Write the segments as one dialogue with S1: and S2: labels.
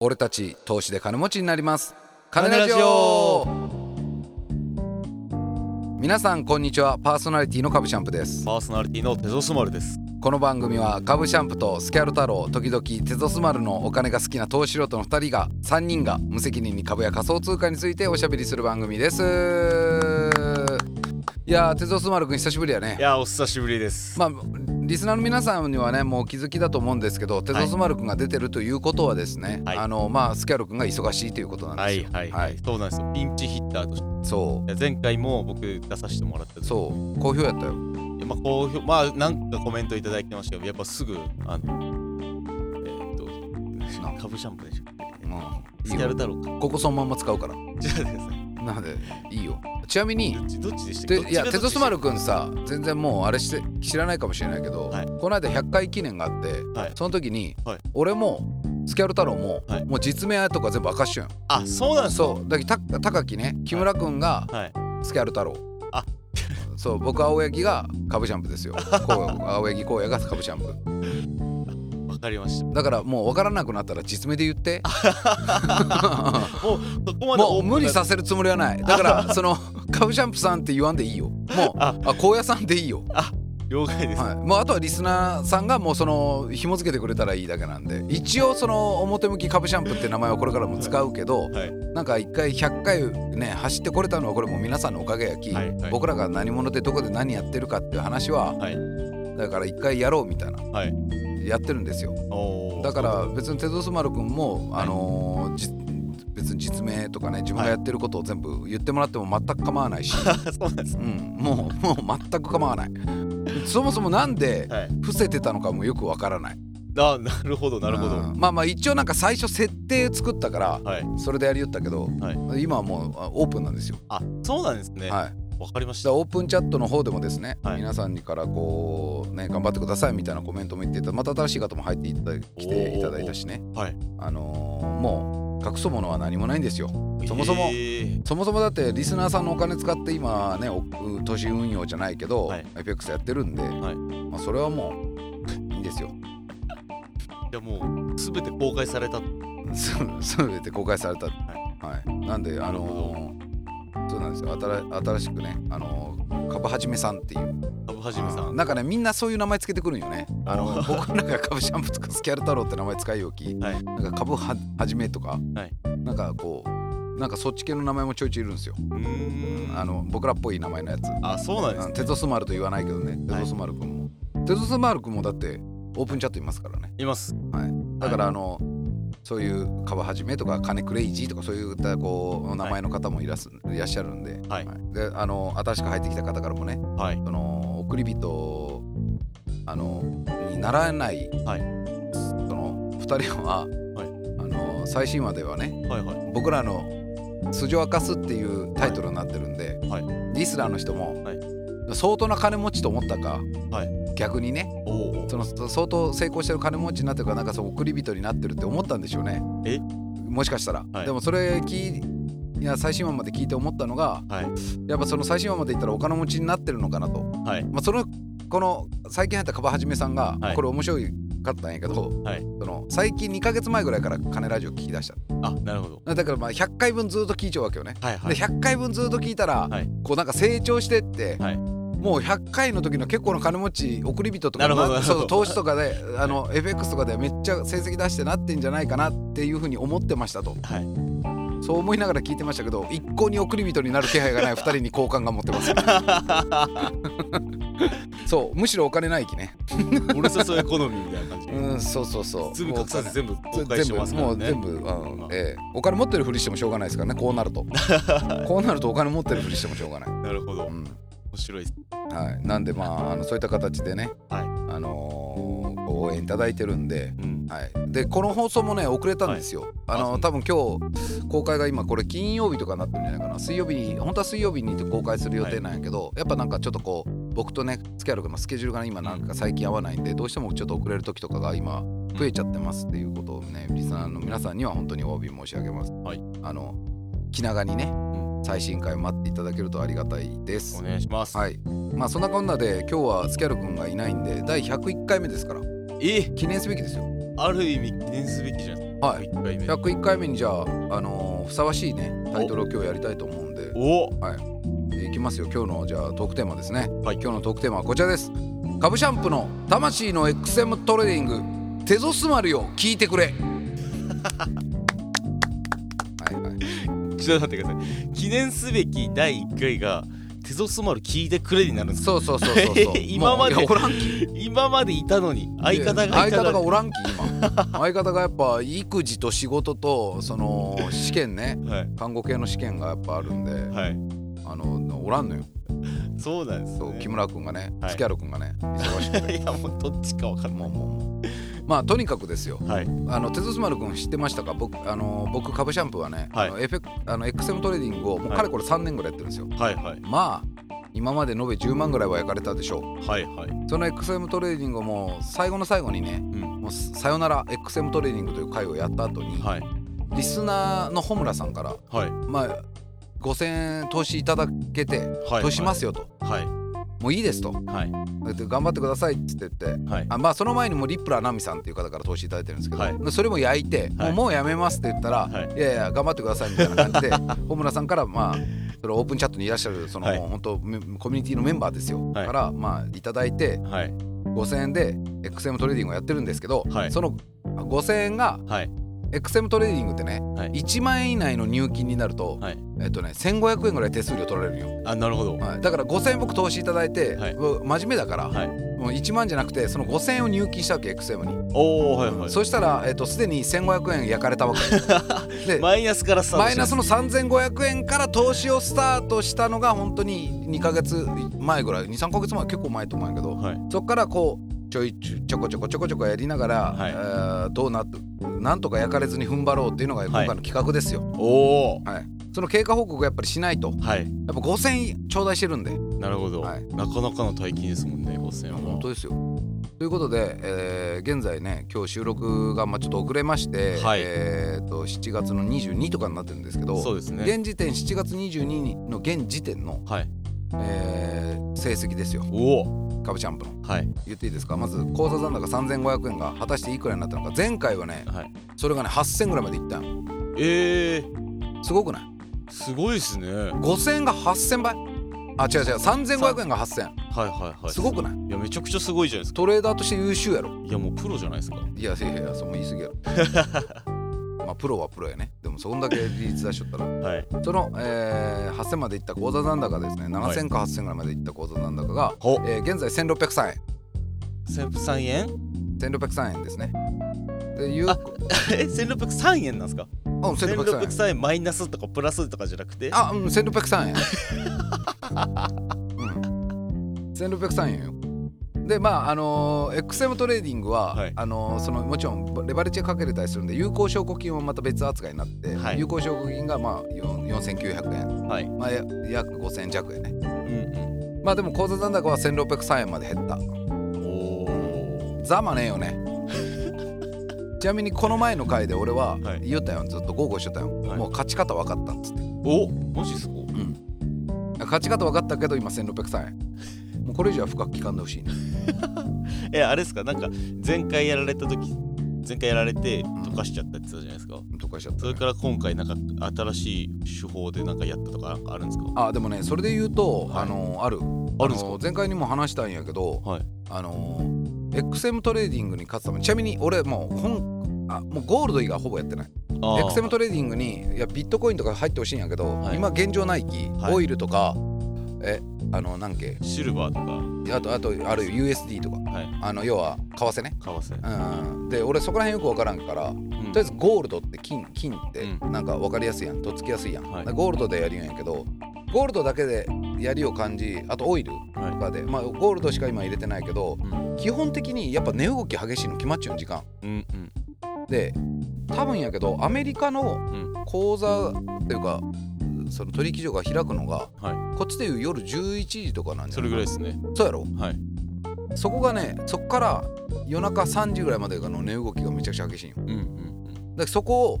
S1: 俺たち投資で金持ちになります金
S2: 金
S1: ラ
S2: ラ
S1: ジ
S2: ジ
S1: オ
S2: オ
S1: 皆さんこんにちはパーソナリティの株シャンプです
S2: パーソナリティのテゾスマルです。
S1: この番組は株シャンプとスキャル太郎時々テゾスマルのお金が好きな投資ロとの2人が3人が無責任に株や仮想通貨についておしゃべりする番組ですいやーテゾスマル君久しぶりやね
S2: いやーお久しぶりです。
S1: まあリスナーの皆さんにはねもうお気づきだと思うんですけど、テゾスマル君が出てるということはですね、
S2: はい
S1: あのまあスキャル君が忙しいということなん
S2: は
S1: です
S2: い
S1: よ。
S2: はいはい。そうなんですよ。ピンチヒッターとして
S1: そ
S2: いや前回も僕出させてもらったんで
S1: う
S2: す
S1: そう好評やったよ。
S2: いやまあ好評まあなんかコメントいただいてましたけどやっぱすぐあのえーっ
S1: なん
S2: と株シャンプーでしょ。
S1: うん、い
S2: ス
S1: い
S2: キャル
S1: よ
S2: 太郎か。
S1: ここそのまんま使うから
S2: 違うですね。
S1: なのでいいよちなみに
S2: どっちどっちでしたっ
S1: で
S2: けどっ
S1: い
S2: ち
S1: や
S2: がどっ
S1: テ
S2: ち
S1: ゾス
S2: でした
S1: マル君さ全然もうあれして知らないかもしれないけど、
S2: はい
S1: この間100回記念があって、
S2: はい
S1: その時に、
S2: はい
S1: 俺もスキャル太郎も、
S2: はい
S1: もう実名とか全部明かしちゃうよ
S2: あそうなんです
S1: そうだけどた高木ね木村君が、
S2: はい。
S1: スキャル太郎
S2: あ
S1: そう僕青柳がカブシャンプ ですよこう青柳光也がカブシャンプ
S2: わかりました。
S1: だからもう分からなくなったら実名で言って
S2: もうそこまで
S1: も
S2: オー
S1: う
S2: プン
S1: 無理
S2: な
S1: させるつもりはないだから そのカブシャンプさんって言わんでいいよもうあ
S2: あ
S1: 荒野さんでいいよ、
S2: 了解です。
S1: はい、もうあとはリスナーさんがもうその紐付けてくれたらいいだけなんで一応その表向きカブシャンプって名前はこれからも使うけど、
S2: はい
S1: なんか一回100回ね走ってこれたのはこれもう皆さんのおかげやき、
S2: はいはい
S1: 僕らが何者でどこで何やってるかっていう話は、
S2: はい
S1: だから一回やろうみたいな、
S2: はい
S1: やってるんですよ
S2: おー
S1: だから別にテドスマル君も、
S2: はい
S1: あのーじ別に実名とかね自分がやってることを全部言ってもらっても全く構わないし、
S2: そうなんです。
S1: うん、もうもう全く構わないそもそもなんで
S2: はい。
S1: 伏せてたのかもよくわからない
S2: あなるほどなるほど。
S1: うんまあまあ一応なんか最初設定作ったから
S2: はい。
S1: それでやりよったけど、
S2: は
S1: 今はもうあオープンなんですよ、
S2: あそうなんですね。わ、
S1: はい
S2: かりまし
S1: じゃ
S2: た
S1: あ。オープンチャットの方でもですね、
S2: はい
S1: 皆さんにからこうね頑張ってくださいみたいなコメントも言っていたまた新しい方も入っていただ来ていただいたしね
S2: はい。
S1: あのーもう隠すものは何もないんですよそもそも
S2: えー
S1: そもそもだってリスナーさんのお金使って今ねお都市運用じゃないけど、
S2: はい
S1: FX やってるんで、
S2: はい
S1: まあ、それはもういいんですよ
S2: じゃあもうすべて公開された。
S1: す全て公開された、はい、なんであ
S2: なるほ
S1: のーそうなんですよ新新しくねあのー株はじめさんっていう
S2: 株はじめさ
S1: あー
S2: ん。
S1: なんかねみんなそういう名前つけてくるんよねあの僕なんか株シャンプーとかスキャル太郎って名前使いよき、
S2: はい
S1: なんか株ははじめとか、
S2: はい
S1: なんかこうなんかそっち系の名前もちょいちょいいるんですよ、
S2: うーん。
S1: あの僕らっぽい名前のやつ
S2: あそうなんで
S1: あ
S2: す
S1: の
S2: ね。
S1: テゾスマルと言わないけどねテゾスマル君も、テゾスマル君もだってオープンチャットいますからね
S2: います。
S1: だからあの、そういう株はじめとか金クレイジーとかそういったこう名前の方もいらす、い、らっしゃるんで,、
S2: はい
S1: であの新しく入ってきた方からもね
S2: はい。
S1: その送り人あのにならない、
S2: はい
S1: その2人は、
S2: はい
S1: あの最新話ではね
S2: はいはい。
S1: 僕らの「素性を明かす」っていうタイトルになってるんで、
S2: はい
S1: リスラーの人も、
S2: はい
S1: 相当な金持ちと思ったか、
S2: はい
S1: 逆にね
S2: おお。
S1: そのそ相当成功してる金持ちになってるからなんかその送り人になってるって思ったんでしょうね
S2: え
S1: もしかしたら、
S2: はい
S1: でもそれ聞いいや最新話まで聞いて思ったのが
S2: はい
S1: やっぱその最新話までいったらお金持ちになってるのかなと
S2: はい
S1: まあ、そのこの最近入ったカバはじめさんが、
S2: はい
S1: これ面白いかったんやけど、
S2: はい
S1: その最近2ヶ月前ぐらいから金ラジオ聞き出した
S2: あなるほど。
S1: だからまあ100回分ずっと聞いちゃうわけよね、
S2: はいはい
S1: で。100回分ずっと聞いたら、
S2: はい
S1: こうなんか成長してって、
S2: はい
S1: もう100回の時の結構な金持ち送り人とか
S2: なるほど
S1: まあ
S2: なる
S1: そ
S2: ほど
S1: う投資とかであの FX とかでめっちゃ成績出してなってんじゃないかなっていうふうに思ってましたと
S2: はい。
S1: そう思いながら聞いてましたけど一向に送り人になる気配がない2人に好感が持って ますそうむしろお金ないきね
S2: 俺さそうエコノミーみたいな感じ。
S1: うん、そうそうそう。
S2: 全部隠さず
S1: も
S2: 全
S1: う
S2: 部
S1: お
S2: 公
S1: 金
S2: 開してますからね。
S1: 全部、もう全部、あ
S2: う
S1: の
S2: ん
S1: ええお金持ってるふりしてもしょうがないですからね、こうなる と。こうなるとお金持ってるふりしてもしょうがない。
S2: なるほど
S1: う。ん、
S2: 面白いです。
S1: はい、なんで、まあ、あの、そういった形でね、
S2: はい
S1: あのーご応援いただいてるんで。
S2: うん。
S1: はい、でこの放送もね遅れたんですよ、
S2: い
S1: あの
S2: あ
S1: 多分今日公開が今これ金曜日とかになってるんじゃないかな水曜日に本当は水曜日に公開する予定なんやけど、やっぱなんかちょっとこう僕とねスキャル君のスケジュールが今なんか最近合わないんでどうしてもちょっと遅れる時とかが今増えちゃってますっていうことをねリスナーの皆さんには本当にお詫び申し上げます、
S2: はい
S1: あの気長にね、最新回を待っていただけるとありがたいです
S2: お願いします。
S1: はいまあそんなこんなで今日はスキャル君がいないんで第101回目ですから
S2: え
S1: 記念すべきですよ
S2: ある意味記念すべきじゃないです
S1: はい
S2: 1回目
S1: 101回目にじゃあ、あのーふさわしいねタイトルを今日やりたいと思うんで
S2: お
S1: いきますよ今日のじゃあトークテーマですね、
S2: はい
S1: 今日のトークテーマはこちらです株シャンプの魂の XM トレーディングテゾスマルよ聞いてくれはいはい
S2: ちょっと待ってください記念すべき第1回が「テゾスマル聞いてくれ」になるんですか
S1: そうそうそうそうそう
S2: 今まで
S1: もういやおらんき
S2: 今までいたのに相方がい
S1: 相方
S2: たの
S1: が
S2: に
S1: おらんき今相方がやっぱ育児と仕事とその試験ね
S2: はい
S1: 看護系の試験がやっぱあるんで、
S2: はい
S1: あのおらんのよ
S2: そうなんです
S1: そう、
S2: ね
S1: 木村君がね
S2: はい
S1: 月原君がね忙しくて
S2: いやもうどっちかわかん
S1: もう
S2: ない
S1: もうまあとにかくですよ
S2: はい
S1: あの鉄ス丸君知ってましたか僕あの僕株シャンプーはね、
S2: はい
S1: あのエフェクあの XM トレーディングをもう
S2: はい
S1: かれこれ3年ぐらいやってるんですよ、
S2: はいはい
S1: まあ今まで延べ10万ぐらいは焼かれたでしょう
S2: はいはい
S1: その XM トレーディングをもう最後の最後にね
S2: うん
S1: もうさよなら XM トレーディングという会をやった後に、
S2: はい
S1: リスナーの穂村さんから、
S2: はい
S1: まあ、5,000円投資いただけて、
S2: はい
S1: 投資しますよと、
S2: はい
S1: もういいですと
S2: はい
S1: だって頑張ってくださいっつって言って
S2: はい
S1: あ、まあ、その前にもリップラーナミさんっていう方から投資いただいてるんですけど、
S2: はい
S1: でそれも焼いて、
S2: はい
S1: もうもうやめますって言ったら、
S2: はい
S1: い、やいや頑張ってくださいみたいな感じで穂村さんからまあそれオープンチャットにいらっしゃるその、
S2: はい
S1: 本当メコミュニティのメンバーですよ、
S2: はい
S1: からまあいただいて
S2: はい
S1: 5,000円で XM トレーディングをやってるんですけど、
S2: はい
S1: その5,000円が
S2: はい
S1: XM トレーディングってね、
S2: はい
S1: 1万円以内の入金になると、
S2: はい
S1: えっとね1500円ぐらい手数料取られるよ、
S2: あなるほど
S1: はい、だから5000円僕投資いただいて、
S2: はい
S1: もう真面目だから、
S2: はい
S1: もう1万じゃなくてその5000円を入金したわけ XM に、
S2: おおはいはい
S1: そしたらえっとすでに1500円焼かれたわ けで
S2: マイナスからスタート
S1: マイナスの3500円から投資をスタートしたのが本当に2ヶ月前ぐらい23ヶ月前結構前と思うんやけど、
S2: はい
S1: そこからこうちょいちょちょこちょこちょこちょこやりながら、
S2: はい
S1: えーどうなっなんとか焼かれずに踏ん張ろうっていうのが今回の企画ですよ、
S2: おお
S1: その経過報告をやっぱりしないとやっ
S2: はい
S1: ぱ5,000頂戴してるんで
S2: なるほど、
S1: はい
S2: なかなかの大金ですもんね5000は
S1: 本当ですよということで、えー現在ね今日収録がまあちょっと遅れまして、
S2: はい
S1: えーと7月の22とかになってるんですけど
S2: そうですね
S1: 現時点7月22の現時点の、
S2: はい
S1: えー成績ですよ
S2: おお
S1: 株チャンプの
S2: はい
S1: 言っていいですかまず口座残高3500円が果たしていくらになったのか前回はね
S2: はい
S1: それがね8000ぐらいまでいったん
S2: えー、
S1: すごくない
S2: すごいですねはい
S1: 5000円が8000倍あ違う違う3500円が8000
S2: はいはい
S1: すごくない
S2: いやめちゃくちゃすごいじゃないですか
S1: トレーダーとして優秀やろ
S2: いやもうプロじゃないですか
S1: いやいやいやその言い過ぎ やろまあプロはプロやねでもそんだけ利率出しとったら
S2: はい
S1: その、えー、8000までいった口座残高ですね7000か8000ぐらいまでいった口座残高が、
S2: ほ
S1: えー現在1603円
S2: 1603円
S1: 1603円ですねで有
S2: あえ1603円なんですか
S1: あうん1603円
S2: 1603円マイナスとかプラスとかじゃなくて
S1: あうん1603円うん1603円よでまああのー XM トレーディングは、
S2: はい
S1: あのーそのもちろんレバレッジがかけれたりするんで有効証拠金はまた別扱いになって、
S2: はい
S1: 有効証拠金がまあ4 4900円、
S2: はい
S1: まあ、や約5000円弱やね
S2: うん
S1: まあでも口座残高は1603円まで減った
S2: うんおお
S1: ざまねえよ ねちなみにこの前の回で俺は
S2: はい
S1: 言ったよずっと豪語してたよ、
S2: はい
S1: もう勝ち方分かったっつって
S2: おマジっすか
S1: 勝ち方分かったけど今1603円もうこれ以上は深く聞かんでほしいね
S2: えあれですかなんか前回やられた時前回やられて溶かしちゃったって言ってたじゃないですか
S1: とかしちゃった
S2: そ
S1: ね、
S2: れから今回なんか新しい手法でなんかやったとかなんかあるんですか
S1: あでもねそれで言うと、
S2: はい
S1: あのある
S2: あるんですか
S1: の前回にも話したんやけど、
S2: はい
S1: あの XM トレーディングに勝つためにちなみに俺もう本あもうゴールド以外ほぼやってない
S2: あー
S1: XM トレーディングにいやビットコインとか入ってほしいんやけど、
S2: はい
S1: 今現状ないき、
S2: はい
S1: オイルとかえあの何け
S2: シルバーとか
S1: あとあとある USD とか
S2: はい
S1: あの要は為替ね
S2: 為替
S1: うんで俺そこら辺よく分からんから
S2: う
S1: と
S2: ん
S1: りあえずゴールドって金金って
S2: う
S1: なんか分かりやすいやんとっつきやすいやん、
S2: はい
S1: ゴールドでやりやんやけどゴールドだけでやりを感じあとオイル
S2: はい
S1: とかで、まあゴールドしか今入れてないけど
S2: うん
S1: 基本的にやっぱ値動き激しいの決まっちゃうの時間
S2: うんうん
S1: で多分やけどアメリカの
S2: う
S1: 口座っていうかその取引所が開くのが
S2: は
S1: こっちでいう夜11時とかなん
S2: い
S1: じゃ
S2: そ
S1: な
S2: れ
S1: い
S2: ぐらいですね
S1: そうやろ
S2: はい
S1: そこがねそこから夜中3時ぐらいまでの値動きがめちゃくちゃ激しいんよ
S2: うんう
S1: だ
S2: ん
S1: からそこを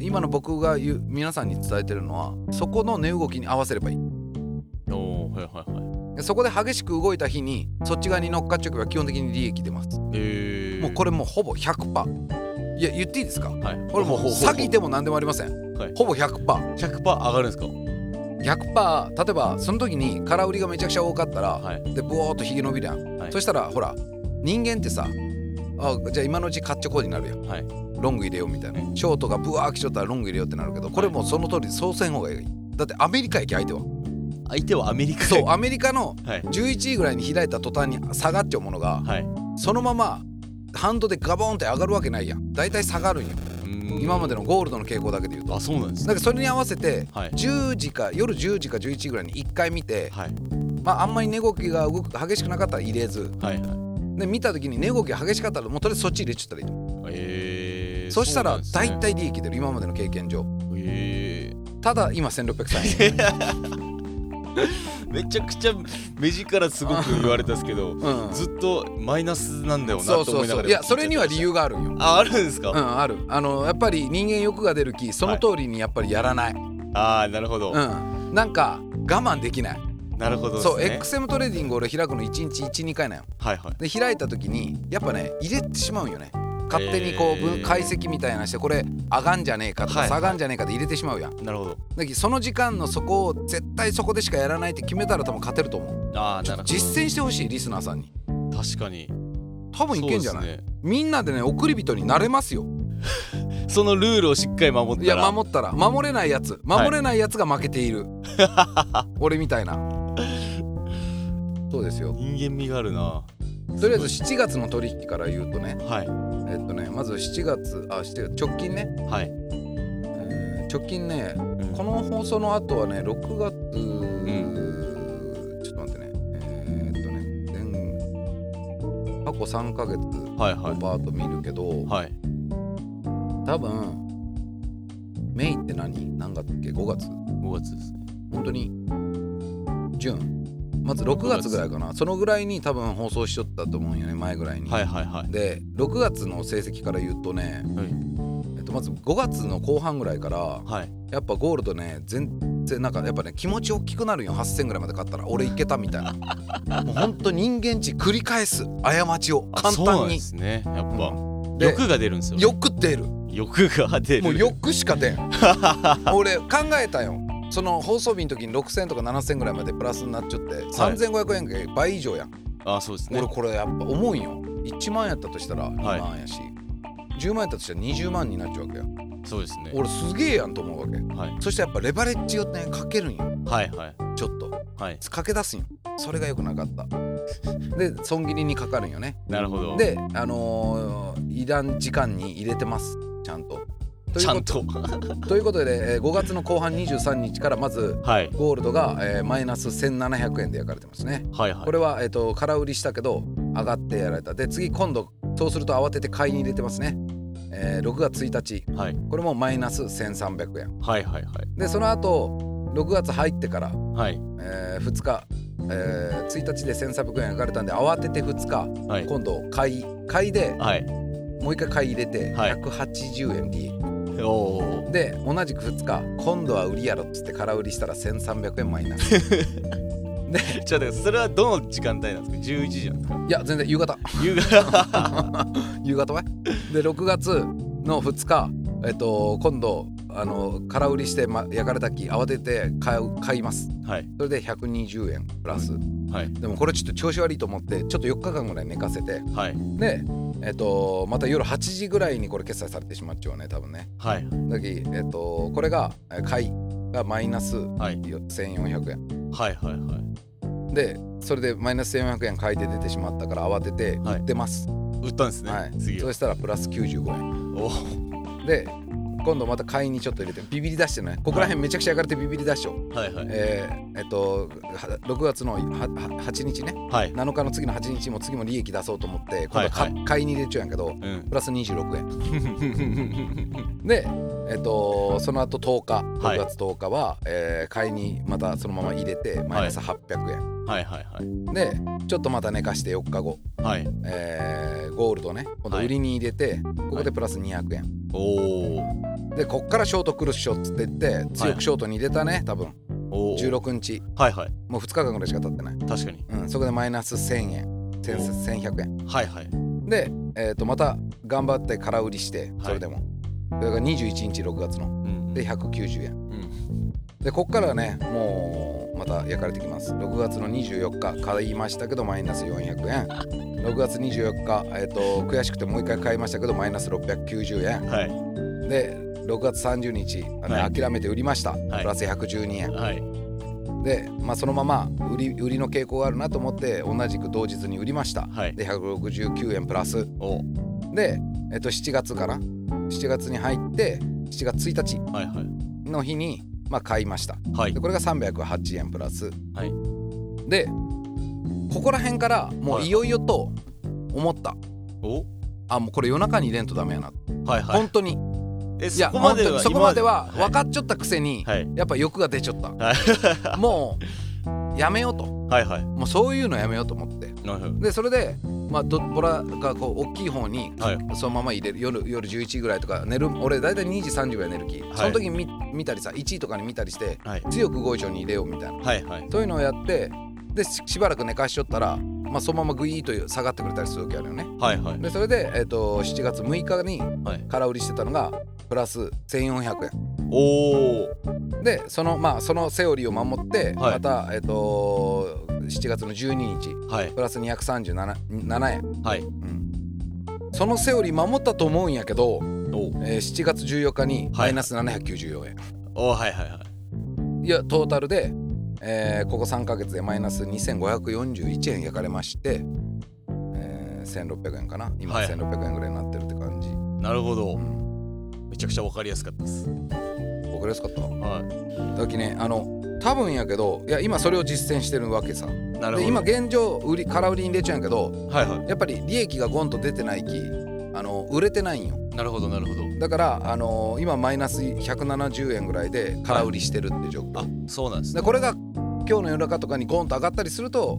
S1: 今の僕が言う皆さんに伝えてるのはそこの値動きに合わせればいい
S2: うんおおはいはいはい
S1: でそこで激しく動いた日にそっち側に乗っかっちゃけば基本的に利益出ます
S2: えー、
S1: もうこれもうほぼ100%
S2: え
S1: いや言っていいですか
S2: はい
S1: これもう
S2: ほほほ
S1: 詐欺でも何でもありません、
S2: はい
S1: ほぼ 100%100%
S2: 100%上がるんですか
S1: 例えばその時に空売りがめちゃくちゃ多かったら、
S2: はい
S1: でブワーっとひげ伸びるやん、
S2: はい
S1: そしたらほら人間ってさあじゃあ今のうちカッチョコーになるやん
S2: はい
S1: ロング入れようみたいな、
S2: ね
S1: ショートがブワーきちょったらロング入れようってなるけどこれもうその通りそうせん方がいいだってアメリカ行き相手は
S2: 相手はアメリカで
S1: そうアメリカの
S2: はい
S1: 11位ぐらいに開いた途端に下がっちゃうものが
S2: はい
S1: そのままハンドでガボンって上がるわけないやん大体下がるんよ今ま
S2: で
S1: でのゴールドの傾向だけで言うと
S2: あそうなんです
S1: だ
S2: ね
S1: けどそれに合わせて
S2: はい
S1: 10時か夜10時か11時ぐらいに1回見て、
S2: はい
S1: まあ、あんまり値動きが動く激しくなかったら入れず
S2: はいはい
S1: で見た時に値動きが激しかったらもうとりあえずそっち入れちゃったらいいと
S2: えー、
S1: そしたら
S2: うなんです
S1: 大
S2: ね
S1: 体利益出る今までの経験上
S2: え
S1: ただ今1600円
S2: ー、めちゃくちゃ目力すごく言われたんですけど
S1: うん
S2: ずっとマイナスなんだよな
S1: そ
S2: と
S1: うそ
S2: 思
S1: う
S2: いな
S1: そ
S2: がら
S1: ういやそれには理由があるんよ
S2: ああるんですか、
S1: うんあるあのやっぱり人間欲が出るきその通りにやっぱりやらない、
S2: ああなるほど、
S1: うんなんか我慢できない
S2: なるほどですね
S1: そう,、XM トレーディング俺開くの1日12回なんよ
S2: はいはい
S1: で開いた時にやっぱね入れてしまうんよね勝手にこう分
S2: へー
S1: 解析みたいなしてこれ上がんじゃねえかと
S2: は
S1: か
S2: い
S1: 下がんじゃねえかって入れてしまうやん
S2: なるほど
S1: だけどその時間のそこを絶対そこでしかやらないって決めたら多分勝てると思う
S2: ああ
S1: ち
S2: な
S1: ょっ
S2: る
S1: と
S2: ほど
S1: 実践してほしいリスナーさんに
S2: 確かに
S1: 多分いけんじゃない、
S2: そうですね
S1: みんなでね送り人になれますよ
S2: そのルールをしっかり守っ
S1: い
S2: た
S1: や
S2: ら
S1: 守ったら守れないやつ守れないやつが負けている、俺みたいなそうですよ
S2: 人間味があるな
S1: とりあえず7月の取引から言うとね
S2: はい
S1: えっとねまず7月あ7月直近ね、
S2: はい、
S1: えー直近ね
S2: うん
S1: この放送の後はね6月、ちょっと待ってねえーっとね前過去3ヶ月
S2: はい
S1: バ
S2: は
S1: ーッと見るけど、
S2: いはい
S1: 多分メイって何何月だっけ5月
S2: 5月ですね
S1: 本当に順まず6月ぐらいかなそのぐらいに多分放送しとったと思うんよね前ぐらいに、
S2: はいはいはい
S1: で6月の成績から言うとね、
S2: はい
S1: えっと、まず5月の後半ぐらいから
S2: はい
S1: やっぱゴールドね全然なんかやっぱね気持ち大きくなるよ8000ぐらいまで買ったら俺いけたみたい なもうほんと人間値繰り返す過ちを
S2: あ
S1: 簡
S2: そうな
S1: 単
S2: んで
S1: に
S2: すねやっぱ、
S1: うんで
S2: 欲が出るんですよ、ね、
S1: 欲出る
S2: 欲が出る
S1: もう欲しか出 ん俺考えたよその放送日の時に6000とか7000ぐらいまでプラスになっちゃって、3500円が倍以上やん
S2: あそうですね
S1: 俺これやっぱ思うんよ1万円やったとしたら2
S2: はい
S1: 万やし、10万円やったとしたら20万になっちゃうわけや
S2: そうですね
S1: 俺すげえやんと思うわけ
S2: はい
S1: そしてやっぱレバレッジをねかけるんよ
S2: はいはい
S1: ちょっと
S2: はい
S1: かけ出すんよそれが良くなかったで損切りにかかるんよね
S2: なるほど
S1: であのー、いらん時間に入れてますちゃんとという
S2: ち
S1: こ
S2: ゃ
S1: と
S2: んと
S1: ということで、えー5月の後半23日からまず
S2: はい
S1: ゴールドが、えーマイナス1700円で焼かれてますね。
S2: はいはい
S1: これは、えー、と空売りしたけど上がってやられたで次今度そうすると慌てて買いに入れてますね、えー6月1日
S2: はい
S1: これもマイナス1300円
S2: はいはいは
S1: でその後6月入ってから、
S2: いはい
S1: え2日、えー1日で1300円上がれたんで慌てて2日
S2: はい
S1: 今度買い買いで
S2: はい
S1: もう一回買い入れて
S2: はい
S1: 180円利益、
S2: おお
S1: で同じく2日今度は売りやろっつって空売りしたら1300円マイナスで
S2: ーちょっと待ってそれはどの時間帯なんですか11時なんですか
S1: いや全然夕方
S2: 夕方
S1: 夕方はで6月の2日えっと今度あの空売りして、ま、焼かれた木慌てて買う買います
S2: はい
S1: それで120円プラス、
S2: はい
S1: でもこれちょっと調子悪いと思ってちょっと4日間ぐらい寝かせて
S2: はい
S1: でえっとまた夜8時ぐらいにこれ決済されてしまっちゃうね多分ね
S2: はい
S1: だきえっとこれがえ買いがマイナス
S2: はい
S1: 1400円
S2: はいはいはい
S1: でそれでマイナス1400円買いで出てしまったから慌てて
S2: はい
S1: 売ってます、は
S2: 売ったんです
S1: い
S2: ね、次
S1: そ
S2: は
S1: したらプラス95
S2: おー
S1: 円で今度また買いにちょっと入れてビビり出してねここら辺めちゃくちゃ上がれてビビり出しちゃう、
S2: はいはい
S1: えーえっとは6月のはは8日ね
S2: はい
S1: 7日の次の8日も次も利益出そうと思って今度か、
S2: はい
S1: 買いに入れちゃうんやけど
S2: うん
S1: プラス26円 でえっとその後10日
S2: はい
S1: 6月10日は、えー買いにまたそのまま入れてマイナス800円、
S2: はいはいはい
S1: でちょっとまた寝かして4日後
S2: はい
S1: えーゴールドね今度売りに入れて、ここでプラス200円
S2: おお
S1: でこっからショート来るっしょっつって言って強くショートに入れたね多分
S2: おお
S1: 16日
S2: はいはい
S1: もう2日間ぐらいしか経ってない、
S2: 確かに
S1: うん、そこでマイナス1000円1000 1100円
S2: はいはい
S1: でえー、とまた頑張って空売りして
S2: い
S1: それでも、それが21日6月の
S2: うん
S1: で190円
S2: うん
S1: でこっからねもうまた焼かれてきます6月の24日買いましたけどマイナス400円6月24日、えー、と悔しくてもう一回買いましたけどマイナス690円
S2: はい
S1: で6月30日あの、
S2: はい
S1: 諦めて売りました、
S2: い
S1: プラス112円
S2: はい
S1: で、まあ、そのまま売り売りの傾向があるなと思って同じく同日に売りました
S2: はい
S1: で169円プラス
S2: お
S1: で、えっと、7月かな7月に入って7月1
S2: はいはい
S1: 日の日に、まあ、買いました
S2: はい
S1: でこれが308円プラス、
S2: はい
S1: でここら辺からも
S2: は
S1: う
S2: い
S1: いよいよと思った、
S2: お
S1: あもうこれ夜中に入れんとダメやな、
S2: はいはい
S1: 本当に
S2: え
S1: い
S2: そ
S1: や
S2: こまで
S1: 本当
S2: は
S1: にそこまでは
S2: 今
S1: 分かっちゃったくせに、
S2: はい
S1: やっぱ欲が出ちゃった
S2: はい
S1: もうやめようと
S2: はいはい
S1: もうそういうのやめようと思って
S2: なるほど
S1: でそれでまあどボラがこう大きい方に
S2: はい
S1: そのまま入れる夜夜11時ぐらいとか寝る俺大体2時30ぐらい寝る気、
S2: い
S1: その時見見たりさ1位とかに見たりして
S2: はい
S1: 強く5以上に入れようみたいな
S2: はいはい
S1: そういうのをやってでししばらく寝かしちゃったら、まあ、そのままグイーッと下がってくれたりする時あるよね
S2: はいはい
S1: でそれで、えっと7月6日に
S2: はい
S1: 空売りしてたのがプラス1400
S2: おお
S1: 円でそのまあそのセオリーを守って、
S2: はい
S1: また、えっと7月の12日
S2: はい
S1: プラス237 7円
S2: はい
S1: そのセオリー守ったと思うんやけど、
S2: お
S1: えー7月14日にマイナス794円、
S2: おはいはいはい
S1: い、やトータルで、えーここ3ヶ月でマイナス2541円焼かれまして、えー1600円かな今
S2: はい
S1: 1600円ぐらいになってるって感じ、
S2: なるほど
S1: うん、
S2: めちゃくちゃわかりやすかったです
S1: 僕らしかった
S2: は
S1: だきねあの多分やけどいや今それを実践してるわけさ
S2: いなるほ
S1: で
S2: ど
S1: 今現状売り空売りに入れちゃうんやけど
S2: はいは
S1: やっぱり利益がゴンと出てないきあの売れてないんよ
S2: いなるほどなるほど
S1: だから、あのー今マイナス170円ぐらいで空売りしてるって状況、
S2: あそうなんですね
S1: でこれが今日の夜中とかにゴンと上がったりすると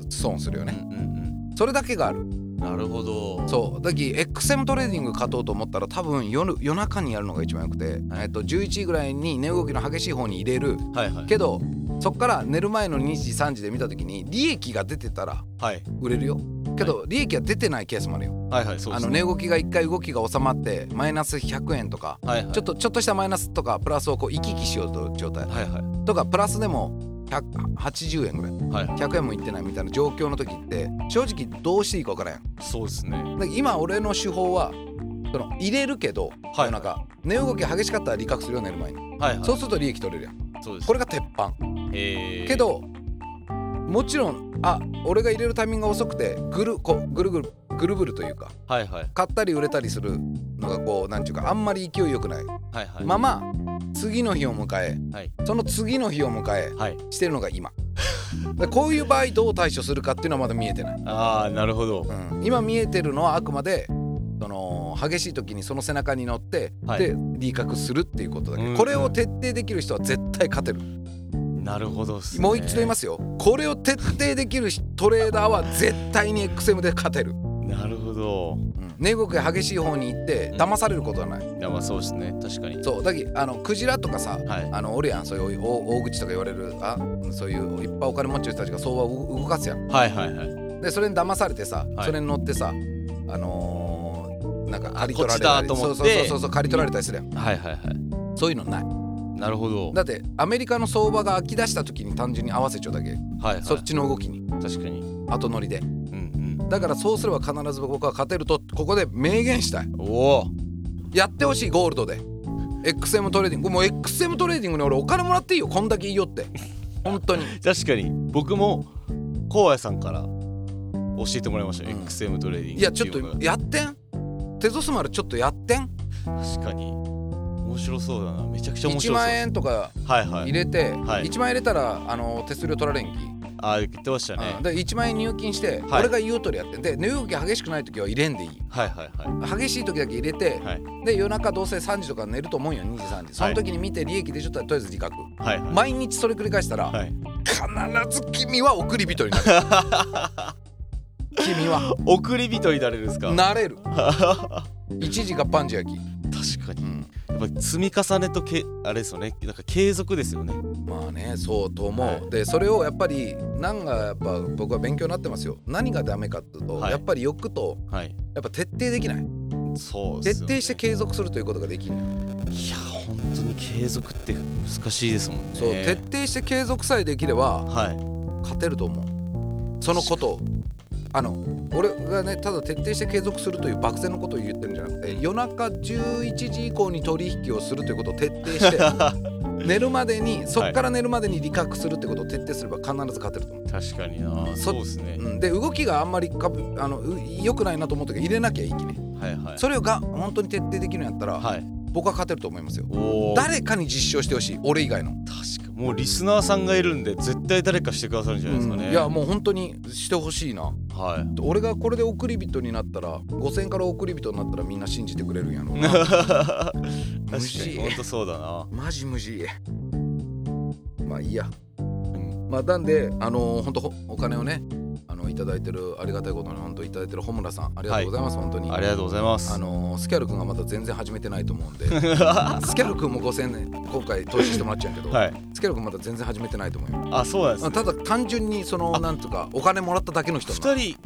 S1: う損するよね
S2: うんうん
S1: それだけがある
S2: うんなるほど
S1: そうだき XM トレーディング勝とうと思ったら多分夜夜中にやるのが一番よくて、
S2: はい
S1: えっと、11時ぐらいに値動きの激しい方に入れる
S2: はいはい
S1: けどそっから寝る前の2時3時で見た時に利益が出てたら
S2: はい
S1: 売れるよけど利益が出てないケースもあるよ、
S2: はいはいそうで
S1: あ
S2: す
S1: の
S2: ね
S1: 値動きが1回動きが収まってマイナス100円とか
S2: はいはい
S1: ちょっとちょっとしたマイナスとかプラスをこう行き来しようと状態
S2: はいはい
S1: とかプラスでも180円ぐらい
S2: はいは
S1: 100円もいってないみたいな状況の時って正直どうしていいか分からへん
S2: いそうですね
S1: で今俺の手法はその入れるけど、
S2: はい
S1: なんか値動き激しかったら利確するよ寝る前に
S2: はいはい
S1: そうすると利益取れるやん
S2: そうです
S1: これが鉄板
S2: えー
S1: けどもちろんあ俺が入れるタイミングが遅くてぐるこうぐるぐるぐるぐるというか
S2: はいはい
S1: 買ったり売れたりするのがこうなんていうかあんまり勢いよくない
S2: はいはい
S1: まま次の日を迎え、
S2: はい
S1: その次の日を迎え
S2: はい
S1: してるのが今でこういう場合どう対処するかっていうのはまだ見えてない、
S2: ああなるほど
S1: うん今見えてるのはあくまでその激しい時にその背中に乗って、
S2: はい
S1: で理覚するっていうことだけ、
S2: うん
S1: これを徹底できる人は絶対勝てる、
S2: なるほどっすね
S1: もう一度言いますすよこれを徹底できる人トレーダーは絶対に XM で勝てる
S2: なるほ
S1: う
S2: ど
S1: ん値動きが激しい方に行って
S2: うん
S1: 騙されることはない、
S2: いやまあそうですね確かに
S1: そうだけどあのクジラとかさ、
S2: はい
S1: あのおるやんそういう大大口とか言われるあそういういっぱいお金持ってる人たちが相場を動動かすやん
S2: はいはいはい
S1: でそれに騙されてさ、
S2: はい
S1: それに乗ってさあのーなんか刈り取られ
S2: こ
S1: た
S2: っちだ
S1: り
S2: と
S1: そ
S2: 思
S1: う
S2: っ
S1: そう
S2: て
S1: そうそうそう刈り取られたりするやん
S2: はいはいはい
S1: そういうのない
S2: なるほど
S1: だってアメリカの相場が飽き出した時に単純に合わせちゃうだけ、
S2: はいはい
S1: そっちの動きに
S2: 確かに
S1: 後乗りで
S2: うん
S1: だからそうすれば必ず僕は勝てるとここで明言したい
S2: うんおお
S1: やってほしいゴールドで XM トレーディングもう XM トレーディングに俺お金もらっていいよこんだけいいよって本 当に
S2: 確かに僕も荒野さんから教えてもらいました、
S1: うん
S2: XM トレーディング
S1: いやちょって
S2: いうの
S1: と
S2: が
S1: やってんテゾスマルちょっとやってん
S2: 確かに面白そうだなめちゃくちゃ面白そ
S1: 1
S2: う
S1: 万円とか
S2: はいは
S1: 入
S2: い
S1: れて、
S2: はい
S1: 1万円入れたらあの手数料取られんき、
S2: ああ言ってましたね
S1: うんで1万円入金して、
S2: はい
S1: 俺が言う通りやってで値動き激しくない時は入れんでいい
S2: はいはいは
S1: 激しい時だけ入れて
S2: い、はい
S1: で夜中どうせ3時とか寝ると思うよ2時3時その時に見て利益出ちゃったらとりあえず自覚、
S2: はいはい
S1: 毎日それ繰り返したら、
S2: はい
S1: 必ず君は送り人になる君は
S2: 送り人になれるんですか
S1: なれる一時がパンジやき
S2: 確か
S1: う
S2: に
S1: ん、
S2: やっぱり積み重ねとけあれですよねなんか継続ですよね
S1: まあねそうと思う、
S2: はい
S1: でそれをやっぱり何がやっぱ僕は勉強になってますよ何がダメかっていうと、
S2: はい
S1: やっぱり欲と
S2: はい
S1: やっぱ徹底できない
S2: そう
S1: 徹
S2: ですよ
S1: 底
S2: ね
S1: して継続するということができない、
S2: いや本当に継続って難しいですもんね
S1: そう徹底して継続さえできれば
S2: はい
S1: 勝てると思うそのことをあの俺がねただ徹底して継続するという漠然のことを言ってるんじゃなくて夜中11時以降に取引をするということを徹底して 寝るまでにそっから寝るまでに理覚するということを徹底すれば必ず勝てると思う。
S2: 確かにな
S1: そ
S2: そうですね、
S1: うん、で動きがあんまりかぶあのう良くないなと思ったけど入れなきゃいいきね
S2: はいはい
S1: それが本当に徹底できるんやったら、
S2: はい
S1: 僕は勝てると思いますよ
S2: おお
S1: 誰かに実証してほしい俺以外の、
S2: 確かもうリスナーさんがいるんで絶対誰かしてくださるんじゃないですかね、
S1: うんいやもう本当にしてほしいな
S2: はい
S1: 俺がこれで送り人になったら5000から送り人になったらみんな信じてくれるんやろう な
S2: 確か
S1: 無視
S2: に本当そうだな
S1: マジ無事まあいいや、まあなんであのー、本当ほお金をねあのいただいてるありがたいことに本当いただいてる穂村さんありがとうございます、本当に
S2: ありがとうございます
S1: あのースキャル君がまだ全然始めてないと思うん で
S2: は
S1: スキャル君も5000円今回投資してもらっちゃうけど、
S2: い
S1: スキャル君まだ全然始めてないと思うよ
S2: あそうなんです
S1: あただ単純にその
S2: あ
S1: なんとかお金もらっただけの人なの
S2: 二人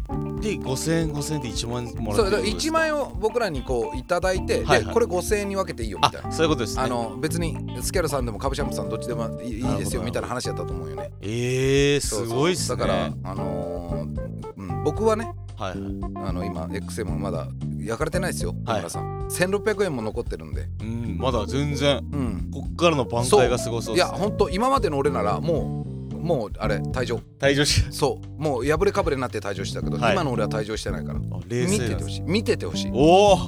S2: で5000円5000円で1万円もら
S1: そ
S2: っ
S1: うだ
S2: てる
S1: から1万円を僕らにこういただいて、で
S2: はいはい
S1: これ5000円に分けていいよみたいな
S2: あそういうことですね
S1: あの別にスキャルさんでもカブシャンプさんどっちでもいいいいですよ
S2: なるほど
S1: みたいな話やったと思うよね
S2: えー、
S1: そ
S2: す
S1: うそう
S2: ごいっすね
S1: だからあのーうん、僕はね
S2: はいはい
S1: あの今 XM まだ焼かれてないですよ小
S2: はい
S1: 村さん、1600円も残ってるんで
S2: うんまだ全然
S1: うん
S2: こっからの挽回がすごそう
S1: い
S2: で
S1: や
S2: す、ね、
S1: 本当今までの俺ならもうもうあれ退場
S2: 退場し
S1: そうもう破れかぶれになって退場してたけど、
S2: はい
S1: 今の俺は退場してないから
S2: あ冷
S1: 見
S2: 静
S1: てて
S2: な
S1: ほしい見ててほしい
S2: おお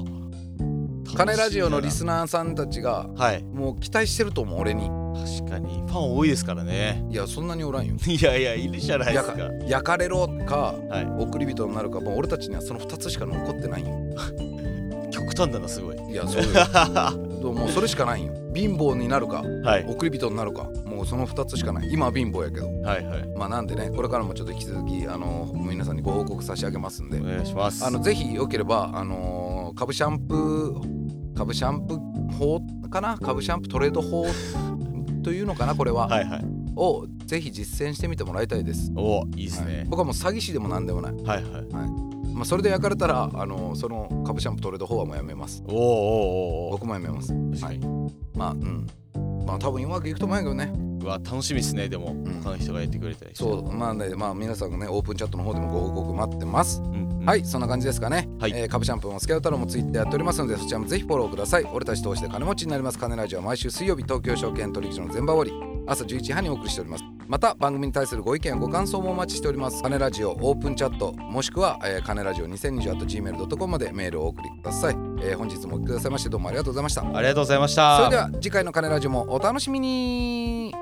S1: 金ラジオのリ
S2: ナ
S1: スナーさんたちが
S2: ーはい
S1: もう期待してると思う俺に
S2: 確かにファン多いですからね
S1: いやそんなにおらんよ
S2: いやいやいるじゃないですか
S1: や焼かれろか
S2: はい
S1: 送り人になるかもう俺たちにはその2つしか残ってないよ
S2: 極端だなすごい
S1: いや そうよもうそれしかないよ貧乏になるか
S2: はい
S1: 送り人になるかもうその2つしかない今は貧乏やけど
S2: はいはい
S1: まあなんでねこれからもちょっと引き続きあの皆さんにご報告差し上げますんで
S2: お願いします
S1: あのぜひよければ、あのー株シャンプー株シャンプー法かな株シャンプートレード法というのかなこれは、
S2: はいはい
S1: をぜひ実践してみてもらいたいです。
S2: おおいいです
S1: はい
S2: ね、
S1: 僕はもう詐欺師でも何でもない、
S2: はい、はい
S1: まあ、それで焼かれたら、あのーその株シャンプートレード法はもうやめます
S2: おーおーおーお
S1: 僕もやめます
S2: ー確かに、
S1: まあうんまあ多分うまくいくと思うんやけどね
S2: うわ楽しみですねでも、
S1: ん
S2: 他の人がやってくれたりして
S1: そうまあねまあ皆さんがねオープンチャットの方でもご報告待ってます
S2: うんうん
S1: はいそんな感じですかね、
S2: はい
S1: えー株シャンプーもスキャウタロもツイッターやっておりますのでそちらもぜひフォローください俺たち投資で金持ちになります金ラジオは毎週水曜日東京証券取引所の全場終わり朝11時半にお送りしておりますまた番組に対するご意見やご感想もお待ちしております金ラジオオープンチャットもしくは、えー、金ラジオ 2020.gmail.com までメールをお送りください、えー本日もお聞きくださいましてどうもありがとうございましたそ
S2: ありがとうございました
S1: れでは次回の金ラジオもお楽しみに